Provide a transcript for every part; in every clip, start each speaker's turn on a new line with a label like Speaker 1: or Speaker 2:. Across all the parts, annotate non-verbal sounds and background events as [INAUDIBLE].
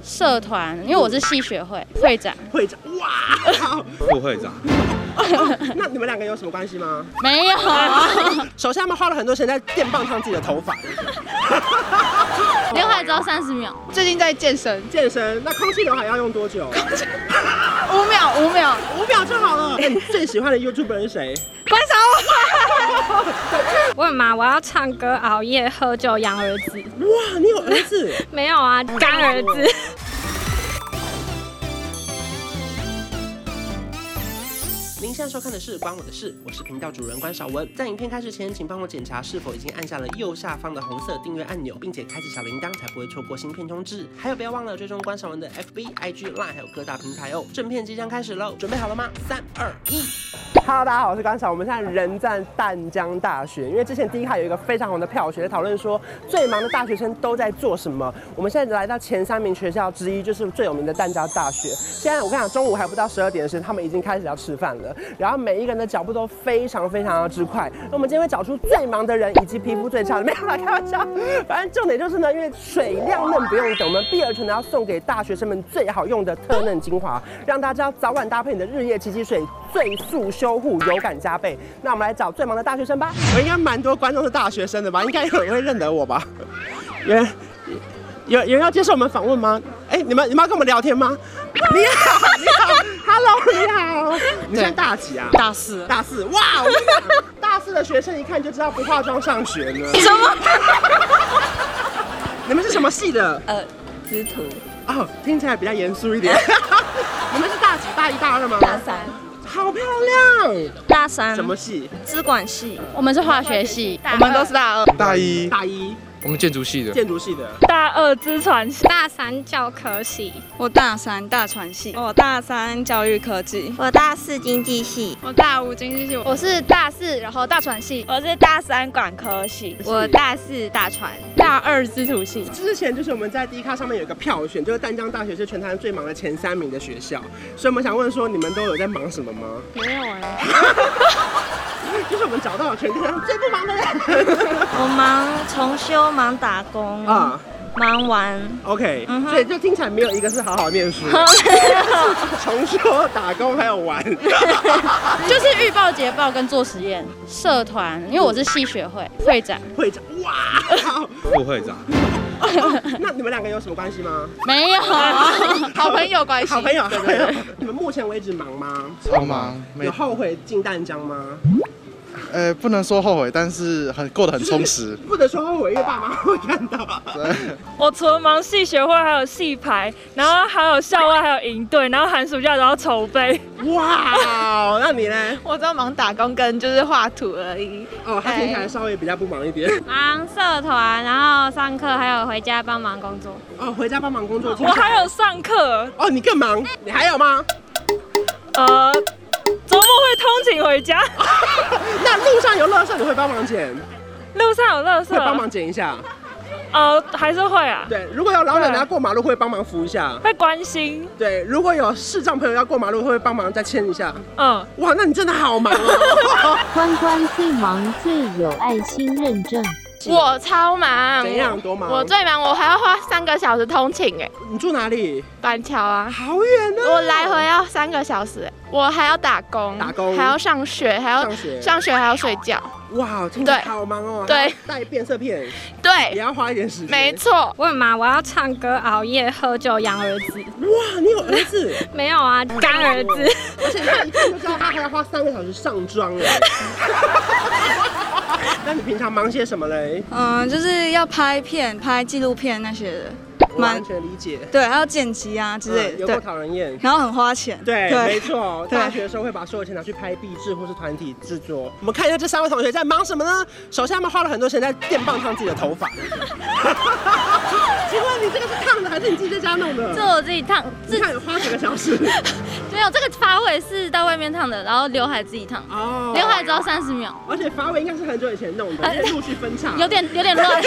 Speaker 1: 社团，因为我是系学会会长，
Speaker 2: 会长，哇，
Speaker 3: 副会长，
Speaker 2: 那你们两个有什么关系吗？
Speaker 1: 没有
Speaker 2: [LAUGHS]
Speaker 1: 啊。
Speaker 2: 首先，他们花了很多钱在电棒烫自己的头发。
Speaker 1: 刘海只要三十秒，
Speaker 4: 最近在健身，
Speaker 2: 健身，那空气刘海要用多久？
Speaker 4: 五秒五秒，
Speaker 2: 五秒就好了。那你最喜欢的 YouTuber 是谁？
Speaker 5: [LAUGHS] 关少我。问妈，我要唱歌、熬夜、喝酒、养儿子。
Speaker 2: 哇，你有儿子？
Speaker 5: 没有啊，干儿子。
Speaker 2: 您现在收看的是《关我的事》，我是频道主人关少文。在影片开始前，请帮我检查是否已经按下了右下方的红色订阅按钮，并且开启小铃铛，才不会错过新片通知。还有，不要忘了追踪关少文的 FB、IG、Line，还有各大平台哦。正片即将开始喽，准备好了吗？三、二、一。Hello，大家好，我是关少。我们现在人在淡江大学，因为之前第一卡有一个非常红的票选，讨论说最忙的大学生都在做什么。我们现在来到前三名学校之一，就是最有名的淡江大学。现在我跟你讲，中午还不到十二点的时候，他们已经开始要吃饭了。然后每一个人的脚步都非常非常的之快。那我们今天会找出最忙的人以及皮肤最差的，没有啦，开玩笑。 [LAUGHS] 反正重点就是呢，因为水量嫩不用等，我们碧尔纯呢要送给大学生们最好用的特嫩精华，让大家早晚搭配你的日夜奇迹水，最速修护，有感加倍。那我们来找最忙的大学生吧。我应该蛮多观众是大学生的吧？应该有人会认得我吧？有人有有人要接受我们访问吗？哎、你们你们要跟我们聊天吗？你好，你好，Hello，你 [LAUGHS] 好，你现在大几啊？
Speaker 6: 大四，
Speaker 2: 大四，哇！我跟你讲
Speaker 6: [LAUGHS]
Speaker 2: 大四的学生一看就知道不化妆上学呢。什么？你们是什么系的？
Speaker 6: 呃，资图
Speaker 2: 哦，听起来比较严肃
Speaker 6: [LAUGHS]
Speaker 2: 一点。你们是大几？大一、大二吗？
Speaker 6: 大三，
Speaker 2: 好漂亮！
Speaker 5: 大三
Speaker 2: 什么系？
Speaker 5: 资管系？
Speaker 1: 我们是化学系，
Speaker 4: 我们都是大二，
Speaker 3: 大一，
Speaker 2: 大一
Speaker 7: 我们建筑系的，
Speaker 2: 建筑系的。
Speaker 6: [LAUGHS] 大二资传系，
Speaker 5: 大三教科系？
Speaker 8: 我大三大传系，我大三教育科技，
Speaker 9: 我大四经济系，
Speaker 4: 我大五经济系，我是大四，然后大传系，
Speaker 5: 我是大三管科系。
Speaker 8: 我大四大传。
Speaker 6: 大二资图系，
Speaker 2: 之前就是我们在 D 卡上面有一个票选，就是淡江大学是全台湾最忙的前三名的学校，所以我们想问说，你们都有在忙什么吗？
Speaker 5: 没有啊，
Speaker 2: [LAUGHS] 就是我们找到了全台湾最不忙的人。
Speaker 5: [LAUGHS] 我忙重修，忙打工，
Speaker 2: 啊
Speaker 5: 忙玩。
Speaker 2: ，OK，、
Speaker 5: 嗯哼
Speaker 2: 所以就听起来没有一个是好好念
Speaker 5: [LAUGHS]
Speaker 2: 书，重修、打工还有玩。 [LAUGHS]
Speaker 1: 就是预报、捷报跟做实验。社团，因为我是系学会会长，
Speaker 2: 会长，哇， [LAUGHS]
Speaker 3: 副会长，
Speaker 2: 那你们两个有什么关系吗？
Speaker 1: 没有啊。
Speaker 4: [LAUGHS] 好朋友关系
Speaker 2: 好，朋友，好朋友。你们目前为止忙吗？
Speaker 7: 超忙，每
Speaker 2: 有后悔进淡江吗？
Speaker 7: 呃不能说后悔，但是很过得很充实。
Speaker 2: 不能说后悔，因为爸妈会看到。
Speaker 7: 对，
Speaker 6: 我除了忙系学会，还有系排，然后还有校外，还有营队，然后寒暑假都要筹备。
Speaker 2: 哇，那你 [LAUGHS] 呢？
Speaker 4: 我只有忙打工跟就是画图而已。
Speaker 2: 哦，他听起来稍微比较不忙一点。
Speaker 5: 忙社团，然后上课，还有回家帮忙工作。
Speaker 2: 哦，回家帮忙工作。
Speaker 6: 我还有上课，
Speaker 2: 哦，你更忙，你还有 [LAUGHS] 吗？
Speaker 6: 呃，周末会通勤回
Speaker 5: [LAUGHS]
Speaker 6: 家，
Speaker 2: 那路上有垃圾，你会帮忙捡，
Speaker 6: 路上有垃
Speaker 2: 会帮
Speaker 6: 圾，
Speaker 2: 忙捡一下。
Speaker 6: 呃，还是会啊，
Speaker 2: 对，如果有老奶奶过马路，会帮忙扶一下。
Speaker 6: 会关心，
Speaker 2: 对，如果有视障朋友要过马路，会帮忙再牵一下。
Speaker 6: 嗯，
Speaker 2: 哇，那你真的好忙哦！ [LAUGHS]
Speaker 10: 关关最忙最有爱心认证。
Speaker 4: [LAUGHS] 我超忙，
Speaker 2: 怎样多忙
Speaker 4: 我最忙，我还要花三个小时通勤哎，
Speaker 2: 你住哪里？
Speaker 4: 板桥啊，
Speaker 2: 好远哦！
Speaker 4: 我来回要三个小时哎，我还要打工，
Speaker 2: 打工
Speaker 4: 还要上学，还要
Speaker 2: 上学
Speaker 4: 还要睡觉，
Speaker 2: 哇，听起来
Speaker 4: 对
Speaker 2: 好忙哦。
Speaker 4: 对，
Speaker 2: 带变色片也
Speaker 4: 对，
Speaker 2: 要花一点时间。
Speaker 4: 没错，
Speaker 5: 问妈，我要唱歌、熬夜、喝酒、养儿子？
Speaker 2: 哇，你有儿子，
Speaker 5: 没有啊， [LAUGHS] 干儿子。
Speaker 2: 而
Speaker 5: [LAUGHS]
Speaker 2: 且他一看就知道他还要花三个小时上妆哎。 [LAUGHS] 那你平常忙些什么嘞？
Speaker 8: 嗯，就是要拍片、拍纪录片那些的，
Speaker 2: 我完全理解。
Speaker 8: 对，还有剪辑啊之
Speaker 2: 嗯
Speaker 8: 类的，
Speaker 2: 有够
Speaker 8: 对，
Speaker 2: 讨人厌。
Speaker 8: 然后很花钱，
Speaker 2: 对，没错，
Speaker 8: 对
Speaker 2: 大学的时候会把所有钱拿去拍壁制或是团体制作。我们看一下这三位同学在忙什么呢？首先，他们花了很多钱在电棒烫自己的头发。 [LAUGHS] 请问你这个是烫的还是你自己在家弄的？
Speaker 1: 这我自己烫，
Speaker 2: 你
Speaker 1: 自
Speaker 2: 看有花几个小
Speaker 4: [LAUGHS]
Speaker 2: 时。
Speaker 1: 没有这个发尾是到外面烫的，然后刘海自己烫，
Speaker 2: 哦
Speaker 1: 刘海只要三十秒，
Speaker 2: 而且发尾应该是很久以前弄的，
Speaker 4: 呃
Speaker 1: 哎
Speaker 2: 因为陆续分叉。
Speaker 1: 有点有点 [LAUGHS] 乱。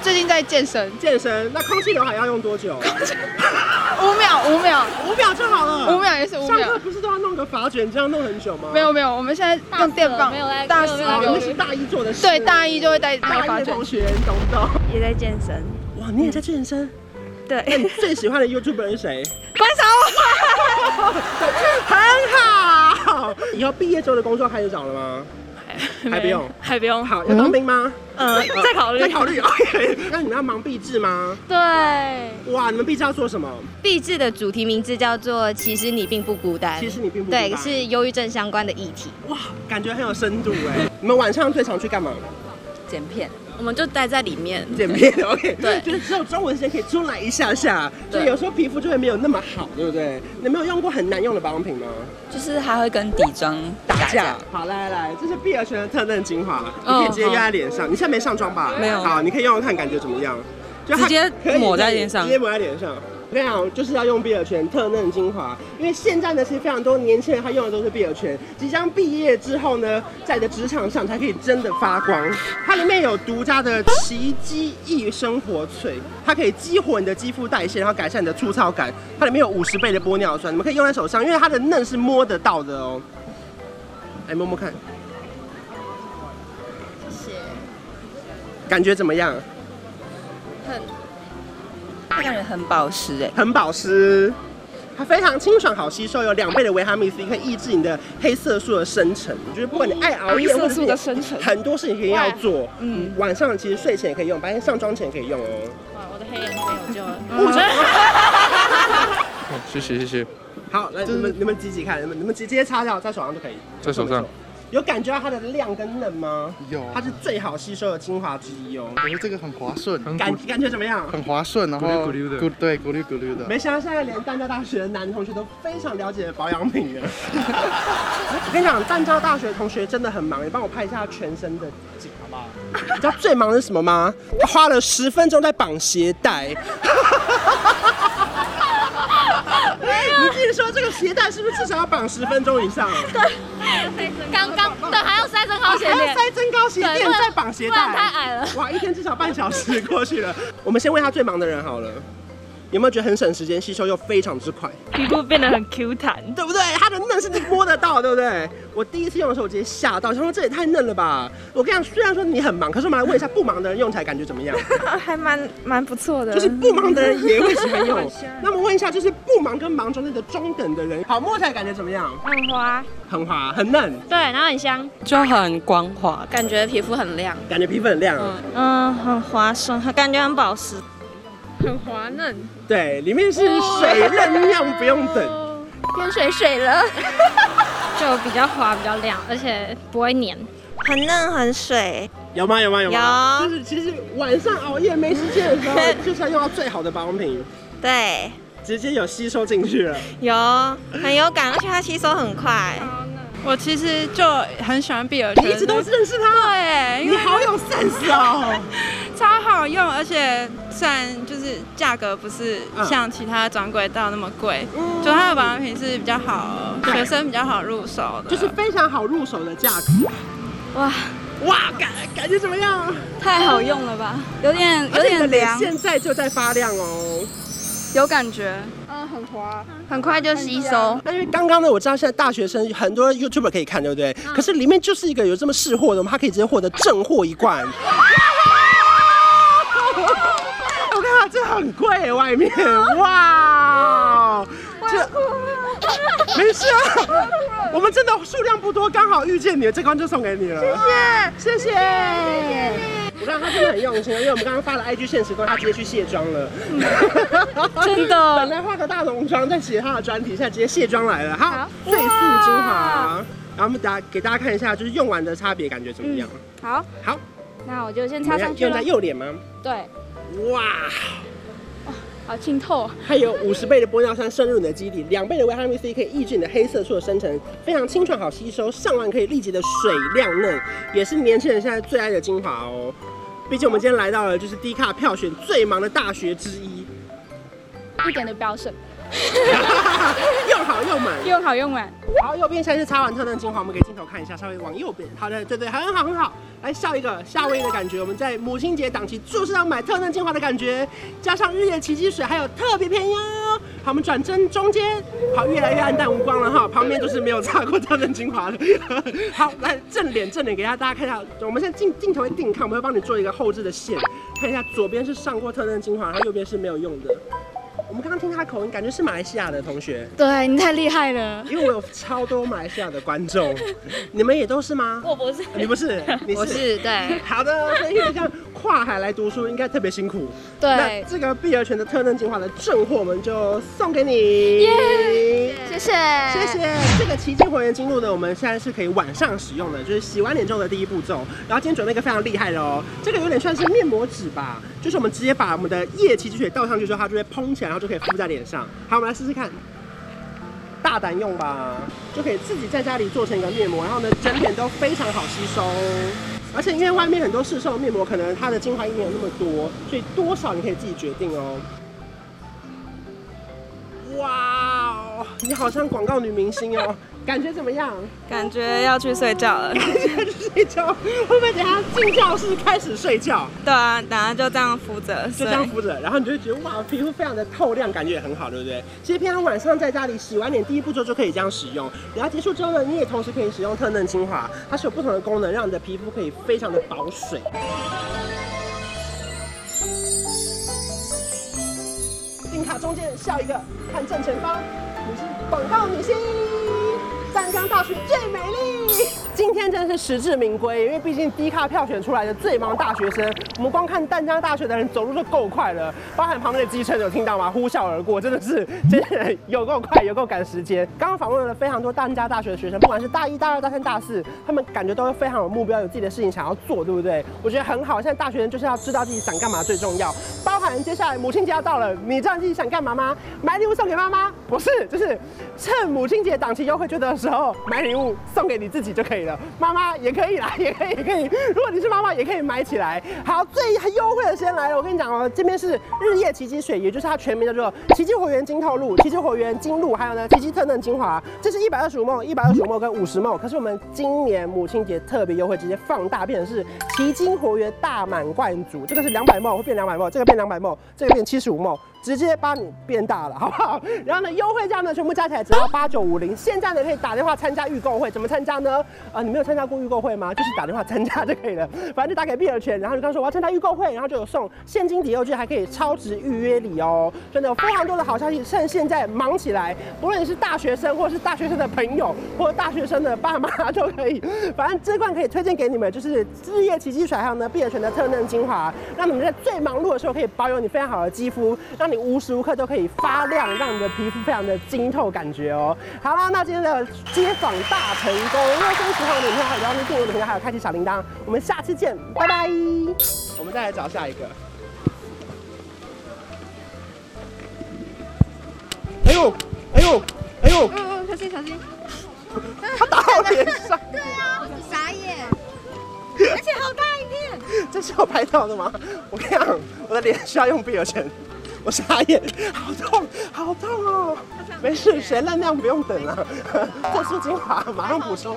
Speaker 4: 最近在健身，
Speaker 2: 健身，那空气刘海要用多久？
Speaker 4: 五秒五秒
Speaker 2: 五秒就好了。
Speaker 4: 五。秒也是五
Speaker 2: 嗯上
Speaker 4: 秒
Speaker 2: 课，不是都要弄个发卷，这样弄很久吗？
Speaker 4: 没有没有，我们现在用电棒，
Speaker 1: 没有在
Speaker 4: 大
Speaker 1: 没
Speaker 4: 四
Speaker 1: 有
Speaker 2: 哦，
Speaker 1: 在
Speaker 2: 你
Speaker 4: 有
Speaker 2: 们是大一做的事。
Speaker 4: 对大一就会带带
Speaker 2: 大
Speaker 4: 发
Speaker 2: 一的
Speaker 4: 卷
Speaker 2: 同，学，你懂不懂？
Speaker 5: 也在健身。
Speaker 2: 哇，你也在健身？那
Speaker 5: 对，
Speaker 2: 你最喜欢的 YouTuber 是谁？
Speaker 5: 观赏
Speaker 2: [LAUGHS] 很好。以后毕业之后的工作开始找了吗？还不用，
Speaker 6: 还不用，
Speaker 2: 好，要当兵吗？
Speaker 6: 呃，再考虑
Speaker 2: 再。考虑。OK，那 [LAUGHS] 你们要忙毕制吗？
Speaker 5: 对，
Speaker 2: 哇，你们毕制要做什么？
Speaker 8: 毕制的主题名字叫做“其实你并不孤单”，
Speaker 2: 其实你并不孤单
Speaker 8: 对，是忧郁症相关的议题。
Speaker 2: 哇，感觉很有深度哎。你们晚上最常去干嘛？
Speaker 8: 剪片，我们就待在里面。
Speaker 2: 剪片，OK，
Speaker 8: 对
Speaker 2: 就是只有中午的时间可以出来一下下，所
Speaker 8: 对
Speaker 2: 以有时候皮肤就会没有那么好，对不对？你没有用过很难用的保养品吗？
Speaker 8: 就是还会跟底妆
Speaker 2: 打架。好，来来来，这是碧螺泉的特嫩精华，你可以
Speaker 8: 哦
Speaker 2: 直接用在脸上。你现在没上妆吧？
Speaker 8: 没有
Speaker 2: 好，你可以用用看感觉怎么样？就它
Speaker 8: 直接
Speaker 2: 可以
Speaker 8: 抹在脸上
Speaker 2: 直接抹在脸上。我跟你讲，就是要用碧螺泉特嫩精华，因为现在呢，其实非常多年轻人他用的都是碧螺泉。即将毕业之后呢，在你的职场上才可以真的发光。它里面有独家的奇迹益生活萃，它可以激活你的肌肤代谢，然后改善你的粗糙感。它里面有五十倍的玻尿酸，你们可以用在手上，因为它的嫩是摸得到的哦。来摸摸看。感觉怎么样？
Speaker 8: 它感觉很保湿哎、
Speaker 2: 很保湿，它非常清爽好吸收，有两倍的维他命 C 可以抑制你的黑色素的生成。就是不管你爱熬夜，
Speaker 6: 黑色素的
Speaker 2: 或者是
Speaker 6: 生
Speaker 2: 你
Speaker 6: 成
Speaker 2: 很多事情可以要做。嗯，晚上其实睡前也可以用，白天上妆前也可以用哦。
Speaker 1: 哇，我的黑眼圈有救了。
Speaker 6: 嗯
Speaker 3: [LAUGHS] 谢谢谢谢，
Speaker 2: 好，来你们你们挤挤看，你们你们直接擦掉，在手上就可以，
Speaker 3: 在手上。
Speaker 2: 有感觉到它的亮跟嫩吗？
Speaker 7: 有，
Speaker 2: 它是最好吸收的精华之一哦。
Speaker 7: 我觉得这个很滑顺，
Speaker 3: 很
Speaker 2: 感
Speaker 3: 鼓
Speaker 2: 感觉怎么样？
Speaker 7: 很滑顺，然后
Speaker 3: 咕溜咕溜的
Speaker 7: 咕对咕溜咕溜的。
Speaker 2: 没想到现在连淡江大学的男同学都非常了解保养品了。 [LAUGHS] 我跟你讲，淡江大学同学真的很忙，你帮我拍一下全身的景好不好？ [LAUGHS] 你知道最忙的是什么吗？他花了十分钟在绑鞋带。 [LAUGHS] 你自己说这个鞋带是不是至少要绑十分钟以上？
Speaker 5: 刚刚对，还要塞针好险
Speaker 2: 还要
Speaker 5: 点，
Speaker 2: 塞增高鞋
Speaker 5: 对
Speaker 2: 垫
Speaker 5: 不然
Speaker 2: 再绑鞋
Speaker 5: 不然
Speaker 2: 带，
Speaker 5: 太矮了。
Speaker 2: 哇，一天至少半小时过去了。我们先问一下最忙的人好了，有没有觉得很省时间，吸收又非常之快？
Speaker 6: 皮肤变得很 Q 弹，
Speaker 2: 对不对？它的嫩是你摸得到，对不对？我第一次用的时候，我直接吓到，想说这也太嫩了吧！我跟你讲，虽然说你很忙，可是我们来问一下不忙的人用起来感觉怎么样？
Speaker 5: 嗯
Speaker 8: 还蛮蛮不错的
Speaker 2: 就是不忙的人也会喜欢用。那么问一下，就是不忙跟忙中间的中等的人，好摸起来感觉怎么样？
Speaker 5: 很滑，
Speaker 2: 很滑，很嫩，
Speaker 5: 对，然后很香，
Speaker 8: 就很光滑，感觉皮肤很亮，
Speaker 2: 感觉皮肤很亮。
Speaker 8: 嗯，很滑顺，感觉很保湿。
Speaker 6: 很滑嫩。
Speaker 2: 对，里面是水嫩酿，不用等。
Speaker 5: 变水水了，就比较滑，比较亮，而且不会黏。
Speaker 8: 很嫩很水，
Speaker 2: 有吗？有吗？有吗？
Speaker 8: 有
Speaker 2: 就是其实晚上熬夜没时间的时候，就是要用到最好的保养品，
Speaker 8: 对，
Speaker 2: 直接有吸收进去了。
Speaker 8: 有很有感，而且它吸收很快。
Speaker 9: 我其实就很喜欢碧螺泉，
Speaker 2: 你一直都认识他，
Speaker 9: 对，因
Speaker 2: 你
Speaker 9: 为
Speaker 2: 好有 sense 哦。
Speaker 9: [LAUGHS] 超好用，而且虽然就是价格不是
Speaker 2: 嗯
Speaker 9: 像其他专柜到那么贵，就它的保养品是比较好，
Speaker 2: 对
Speaker 9: 学生比较好入手的，
Speaker 2: 就是非常好入手的价格。哇哇，感感觉怎么样？
Speaker 8: 太好用了吧，有点有
Speaker 2: 而且你的
Speaker 8: 点
Speaker 2: 脸
Speaker 8: 凉，
Speaker 2: 现在就在发亮哦。
Speaker 8: 有感觉。
Speaker 4: 嗯，很滑，
Speaker 1: 很快就吸收。
Speaker 2: 那因为刚刚呢，我知道现在大学生很多 YouTuber 可以看，对不对？可是里面就是一个有这么识货的，他可以直接获得正货一 [LAUGHS] 罐。我看它这很贵，外 [LAUGHS] 面哇， [LAUGHS] 这没事啊。我们真的数量不多，刚好遇见你了，这罐就送给你了。谢谢，谢谢。我让他真的很用心，因为我们刚刚发了 IG 现实动态，他直接去卸妆了。 [LAUGHS]
Speaker 5: 真
Speaker 2: 本
Speaker 5: 的。
Speaker 2: 来化个大浓妆，再写他的专题，现在直接卸妆来了。好，最素精华。然后我们大家给大家看一下，就是用完的差别感觉怎么样？
Speaker 5: 嗯好，
Speaker 2: 好，
Speaker 5: 那我就先
Speaker 2: 我
Speaker 5: 插
Speaker 2: 们
Speaker 5: 上去
Speaker 2: 用
Speaker 5: 了
Speaker 2: 在。右脸吗？
Speaker 5: 对，
Speaker 2: 哇，
Speaker 5: 好清透，
Speaker 2: 它有五十倍的玻尿酸渗入你的基底，两倍的维他命 C 可以抑制你的黑色素的生成，非常清爽好吸收，上完可以立即的水亮嫩，也是年轻人现在最爱的精华哦。毕竟我们今天来到了就是低卡票选最忙的大学之一，
Speaker 5: 一点都不要省，
Speaker 2: [LAUGHS]
Speaker 5: [LAUGHS]
Speaker 2: 又好又满。
Speaker 5: 用好用完。
Speaker 2: 好，右边现在是擦完特嫩精华，我们给镜头看一下，稍微往右边。好的，对对，很好很好。来笑一个夏威夷的感觉，我们在母亲节档期就是要买特嫩精华的感觉，加上日夜奇迹水，还有特别便宜哦，哦。好，我们转正中间，好，越来越暗淡无光了哈。旁边就是没有擦过调整精华的。好，来正脸，正脸给大家大家看一下。我们现在镜镜头会定看，我们会帮你做一个后置的线，看一下左边是上过特征精华，然后右边是没有用的。我们刚刚听他的口音，感觉是马来西亚的同学，
Speaker 5: 对你太厉害了，
Speaker 2: 因为我有超多马来西亚的观众，你们也都是吗？我不是，你不是，你是
Speaker 8: 我是对，
Speaker 2: 好的，所以因为像跨海来读书应该特别辛苦。那
Speaker 8: 对，
Speaker 2: 这个碧尔泉的特润精华的正货，我们就送给你。
Speaker 8: 谢谢，
Speaker 2: 谢谢。这个奇迹还原精露呢，我们现在是可以晚上使用的，就是洗完脸之后的第一步骤。然后今天准备一个非常厉害的哦，这个有点算是面膜纸吧，就是我们直接把我们的液奇迹水倒上去之后，它就会蓬起来，然后就可以敷在脸上。好，我们来试试看。大胆用吧，就可以自己在家里做成一个面膜，然后呢，整脸都非常好吸收。而且因为外面很多市售的面膜，可能它的精华液没有那么多，所以多少你可以自己决定哦。哇哦，你好像广告女明星哦，感觉怎么样？
Speaker 8: [LAUGHS] 感觉要去睡觉 [LAUGHS] 了。
Speaker 2: 睡觉会不会等下进教室开始睡觉？
Speaker 8: 对啊，等下就这样扶着
Speaker 2: 就
Speaker 8: 睡
Speaker 2: 这。样敷着，然后你就会觉得哇，皮肤非常的透亮，感觉也很好，对不对？其实平常晚上在家里洗完脸，第一步骤就可以这样使用。然后结束之后呢，你也同时可以使用特嫩精华，它是有不同的功能，让你的皮肤可以非常的保
Speaker 8: [LAUGHS]
Speaker 2: 水。定卡中间笑一个，看正前方，你是广告女星，湛江大学最美丽。今天真的是实至名归，因为毕竟低卡票选出来的最忙大学生，我们光看淡江大学的人走路就够快了，包含旁边的机车有听到吗？呼啸而过，真的是这些人有够快，有够赶时间。刚刚访问了非常多淡江大学的学生，不管是大一、大二、大三、大四，他们感觉都非常有目标，有自己的事情想要做，对不对？我觉得很好。现在大学生就是要知道自己想干嘛最重要，包含接下来母亲节要到了，你知道自己想干嘛吗？买礼物送给妈妈？不是，就是趁母亲节档期优惠券的时候买礼物送给你自己就可以了。妈妈也可以啦，也可以，也可以。如果你是妈妈，也可以买起来。好，最优惠的先来了，我跟你讲哦，这边是日夜奇迹水，也就是它全名叫做奇迹活源金透露、奇迹活源金露，还有呢奇迹特嫩精华。这是一百二十五梦、一百二十五梦跟五十梦，可是我们今年母亲节特别优惠，直接放大变成是奇金活源大满贯组，这个是两百梦会变两百梦，这个变两百梦，这个变七十五梦。直接帮你变大了，好不好？然后呢，优惠价呢，全部加起来只要八九五零。现在呢，可以打电话参加预购会，怎么参加呢？啊，你没有参加过预购会吗？就是打电话参加就可以了。反正就打给碧尔泉，然后就刚说我要参加预购会，然后就有送现金抵优券，还可以超值预约礼哦。真的有非常多的好消息，趁现在忙起来，不论你是大学生，或者是大学生的朋友，或者大学生的爸妈 [LAUGHS] 都可以。反正这罐可以推荐给你们，就是日夜奇迹水，还有呢碧尔泉的特嫩精华，让你们在最忙碌的时候可以保有你非常好的肌肤，让你无时无刻都可以发亮，让你的皮肤非常的晶透感觉哦。好啦，那今天的街访大成功，如果真喜欢我的影片，还有要订阅我的频道，还有开启小铃铛，我们下次见，拜拜。我们再来找下一个。哎呦，哎呦，哎呦！
Speaker 4: 嗯，小心小心。
Speaker 2: 他打我脸上，
Speaker 4: [LAUGHS] 对啊，傻眼。而且好大一片。
Speaker 2: 这是我拍到的吗？我跟你讲，我的脸需要用避油针，我傻眼，好痛，好啊 [LAUGHS] 痛哦！没事，谁烂量不用等了，特殊精华马上补充。